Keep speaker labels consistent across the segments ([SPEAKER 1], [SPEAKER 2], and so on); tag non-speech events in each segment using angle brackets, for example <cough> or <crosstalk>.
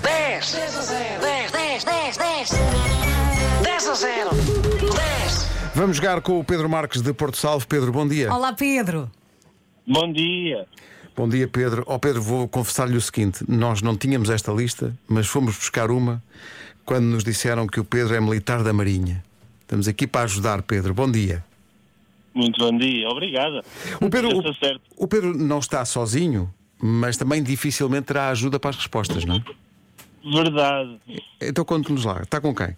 [SPEAKER 1] 10. 10 a 0. 10, 10, 10, 10. 10 a 0. 10.
[SPEAKER 2] Vamos jogar com o Pedro Marques de Porto Salvo. Pedro, bom dia.
[SPEAKER 3] Olá, Pedro.
[SPEAKER 4] Bom dia.
[SPEAKER 2] Bom dia, Pedro. Ó Pedro, vou confessar-lhe o seguinte: nós não tínhamos esta lista, mas fomos buscar uma quando nos disseram que o Pedro é militar da Marinha. Estamos aqui para ajudar, Pedro. Bom dia.
[SPEAKER 4] Muito bom dia. Obrigada.
[SPEAKER 5] Um
[SPEAKER 2] O Pedro,
[SPEAKER 4] Está certo.
[SPEAKER 2] o, o Pedro não está sozinho, mas também dificilmente terá ajuda para as respostas, não é?
[SPEAKER 4] Verdade.
[SPEAKER 2] Então conte-nos lá, está com quem?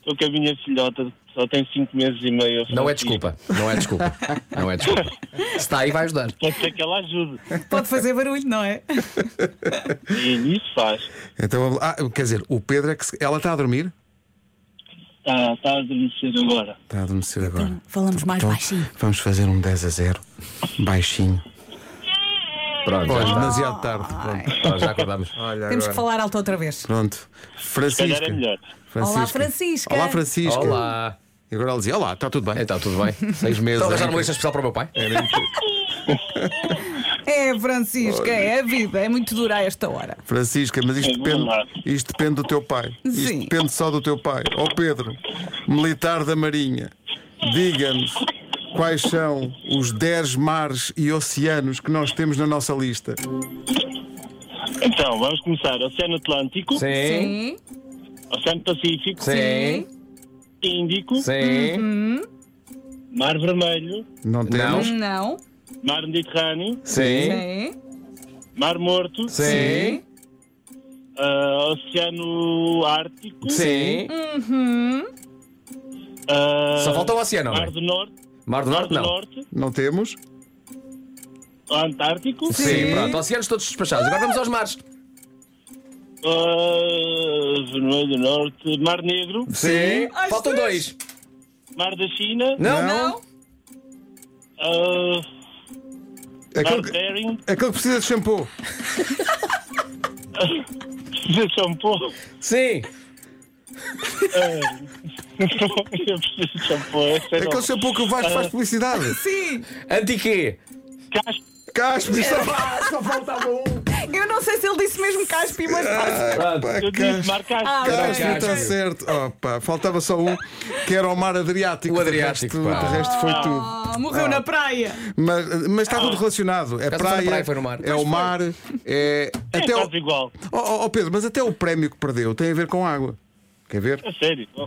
[SPEAKER 4] Estou com a minha filhota, só tem 5 meses e meio.
[SPEAKER 5] Não é desculpa, não é desculpa, não é desculpa. Se está aí, vai ajudar.
[SPEAKER 4] Pode ser que ela ajude.
[SPEAKER 3] Pode fazer barulho, não é?
[SPEAKER 4] E isso faz.
[SPEAKER 2] Então, vamos lá. ah, quer dizer, o Pedro é que se- ela está a dormir?
[SPEAKER 4] Está tá a adormecer agora.
[SPEAKER 2] Está a adormecer agora.
[SPEAKER 3] Falamos
[SPEAKER 5] Então,
[SPEAKER 3] mais baixinho.
[SPEAKER 2] Vamos fazer um 10 a 0, baixinho.
[SPEAKER 5] Pronto, já
[SPEAKER 2] Olha,
[SPEAKER 5] está.
[SPEAKER 2] demasiado tarde. Pronto.
[SPEAKER 5] Pronto, já acordámos.
[SPEAKER 2] Olha,
[SPEAKER 3] Temos que falar alto outra vez.
[SPEAKER 2] Pronto.
[SPEAKER 4] Se calhar
[SPEAKER 2] Francisca.
[SPEAKER 4] é melhor.
[SPEAKER 3] Olá, Francisca.
[SPEAKER 2] Olá, Francisca.
[SPEAKER 5] Olá,
[SPEAKER 2] E agora ela dizia: Olá, está tudo bem? Então,
[SPEAKER 5] então tudo bem?
[SPEAKER 2] Seis meses.
[SPEAKER 5] Estão a arranjar
[SPEAKER 2] hein?
[SPEAKER 5] uma lista especial para o meu pai?
[SPEAKER 3] É, Francisca, é a vida. É muito dura a esta hora.
[SPEAKER 2] Francisca, mas isto
[SPEAKER 4] É
[SPEAKER 2] depende,
[SPEAKER 4] verdade.
[SPEAKER 2] isto depende do teu pai. Isto
[SPEAKER 3] Sim.
[SPEAKER 2] depende só do teu pai. Ó Pedro, militar da Marinha, diga-nos quais são os 10 mares e oceanos que nós temos na nossa lista.
[SPEAKER 4] Então, vamos começar. Oceano Atlântico,
[SPEAKER 5] Sim,
[SPEAKER 4] Oceano Pacífico,
[SPEAKER 5] sim,
[SPEAKER 4] Índico,
[SPEAKER 5] sim,
[SPEAKER 4] Mar Vermelho,
[SPEAKER 2] Não temos?
[SPEAKER 3] Não. É?
[SPEAKER 4] Mar Mediterrâneo,
[SPEAKER 5] sim,
[SPEAKER 3] Sim.
[SPEAKER 4] Mar Morto,
[SPEAKER 5] sim,
[SPEAKER 4] ah, Oceano Ártico,
[SPEAKER 5] sim.
[SPEAKER 4] ah,
[SPEAKER 5] Só falta o oceano, não
[SPEAKER 4] Mar
[SPEAKER 5] é?
[SPEAKER 4] do Norte,
[SPEAKER 5] Mar do
[SPEAKER 4] Mar
[SPEAKER 5] Norte,
[SPEAKER 4] do
[SPEAKER 5] não.
[SPEAKER 4] Norte,
[SPEAKER 2] Não temos?
[SPEAKER 4] Antártico,
[SPEAKER 5] Sim, pronto, oceanos todos despachados. Agora vamos aos mares.
[SPEAKER 4] ah, Vermelho do Norte, Mar Negro,
[SPEAKER 5] Sim,
[SPEAKER 3] Aos
[SPEAKER 5] faltam
[SPEAKER 3] três.
[SPEAKER 5] dois.
[SPEAKER 4] Mar da China,
[SPEAKER 5] Não?
[SPEAKER 3] Não.
[SPEAKER 4] ah,
[SPEAKER 2] Aquele
[SPEAKER 4] Mar
[SPEAKER 2] que,
[SPEAKER 4] Bering,
[SPEAKER 2] aquele que precisa de shampoo. <laughs>
[SPEAKER 4] de shampoo.
[SPEAKER 5] Sim,
[SPEAKER 4] Eu preciso de shampoo, é eu sei
[SPEAKER 2] Aquele
[SPEAKER 4] não.
[SPEAKER 2] shampoo que o Vasco faz publicidade.
[SPEAKER 3] Sim.
[SPEAKER 5] antiquê.
[SPEAKER 4] Casco,
[SPEAKER 2] <laughs> Caspe, isto é
[SPEAKER 5] Só faltava um.
[SPEAKER 3] Eu não sei se ele disse mesmo Caspi, mas
[SPEAKER 5] Ah.
[SPEAKER 3] passa.
[SPEAKER 5] Pronto,
[SPEAKER 4] eu disse, Mar Casco.
[SPEAKER 3] Ah,
[SPEAKER 2] Caralho,
[SPEAKER 3] ok.
[SPEAKER 5] Caspe.
[SPEAKER 2] está tá certo. Opa, faltava só um, que era o mar Adriático.
[SPEAKER 5] O Adriático,
[SPEAKER 2] De resto,
[SPEAKER 5] pá.
[SPEAKER 2] de resto foi tudo.
[SPEAKER 3] Ah, morreu na praia.
[SPEAKER 2] Mas, mas está tudo relacionado. É
[SPEAKER 5] Caso foi na
[SPEAKER 2] praia,
[SPEAKER 5] praia, foi no mar.
[SPEAKER 2] é o mar, é.
[SPEAKER 4] é
[SPEAKER 2] Até o...
[SPEAKER 4] quase igual.
[SPEAKER 2] Oh, oh, oh, Pedro, mas até o prémio que perdeu tem a ver com água. Quer ver?
[SPEAKER 4] A sério. Oh.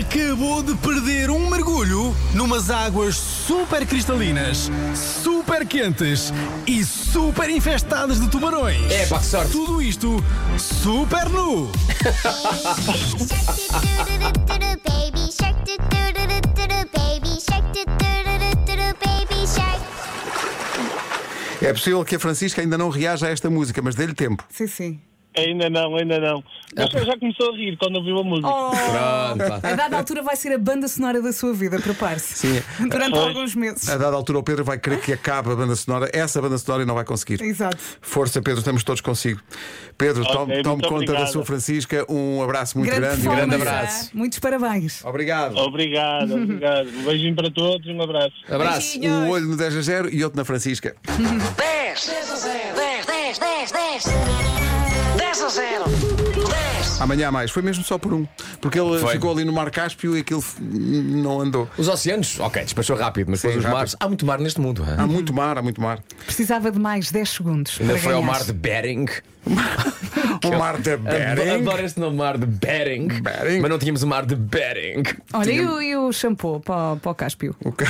[SPEAKER 6] Acabou de perder um mergulho numas águas super cristalinas, super quentes e super infestadas de tubarões.
[SPEAKER 5] É, pá, que sorte.
[SPEAKER 6] Tudo isto super nu.
[SPEAKER 7] Baby shark, do do do do do do, baby shark, do do do do do do, baby shark.
[SPEAKER 2] É possível que a Francisca ainda não reaja a esta música, mas dê-lhe tempo.
[SPEAKER 3] Sim, sim.
[SPEAKER 4] Ainda não, ainda não.
[SPEAKER 2] Ah.
[SPEAKER 4] Mas eu já começou a rir quando ouviu a música.
[SPEAKER 3] Oh,
[SPEAKER 5] pronto. pá.
[SPEAKER 3] a dada altura vai ser a banda sonora da sua vida, prepare-se.
[SPEAKER 2] Sim.
[SPEAKER 3] Durante alguns meses.
[SPEAKER 5] Ah.
[SPEAKER 2] A dada altura, o Pedro vai querer que acabe a banda sonora. Essa banda sonora e não vai conseguir.
[SPEAKER 3] Exato.
[SPEAKER 2] Força, Pedro, estamos todos consigo. Pedro,
[SPEAKER 4] Ok,
[SPEAKER 2] tome,
[SPEAKER 4] muito
[SPEAKER 2] tome conta da
[SPEAKER 4] obrigado.
[SPEAKER 2] sua Francisca. Um abraço muito grande.
[SPEAKER 3] performance,
[SPEAKER 5] grande
[SPEAKER 3] ah,
[SPEAKER 5] abraço.
[SPEAKER 3] Muitos parabéns.
[SPEAKER 2] Obrigado.
[SPEAKER 3] Oh.
[SPEAKER 4] Obrigado, obrigado. Um beijinho para todos e um abraço.
[SPEAKER 5] Abraço.
[SPEAKER 2] Um olho no 10 a 0 e outro na Francisca.
[SPEAKER 1] 10. 10 a 0. 10, 10, 10, 10. 10 a 0. 10.
[SPEAKER 2] Amanhã há mais. Foi mesmo só por um. Porque ele
[SPEAKER 5] Foi.
[SPEAKER 2] ficou ali no Mar Cáspio e aquilo hum, não andou.
[SPEAKER 5] Os oceanos, ok, despachou rápido, mas
[SPEAKER 2] Sim,
[SPEAKER 5] depois os
[SPEAKER 2] rápido.
[SPEAKER 5] mares. Há muito mar neste mundo. hã?
[SPEAKER 2] Há muito mar, há muito mar.
[SPEAKER 3] Precisava de mais 10 segundos.
[SPEAKER 5] Ainda
[SPEAKER 3] para
[SPEAKER 5] foi ao
[SPEAKER 3] ganhar.
[SPEAKER 5] mar de Bering.
[SPEAKER 2] O mar da
[SPEAKER 5] Ado-
[SPEAKER 2] Bering.
[SPEAKER 5] Adoro este nome, mar de Bering.
[SPEAKER 2] Bering.
[SPEAKER 5] Mas não tínhamos o mar de Bering.
[SPEAKER 3] Olha, e o, e o shampoo para, o- para o Cáspio?
[SPEAKER 2] O ca-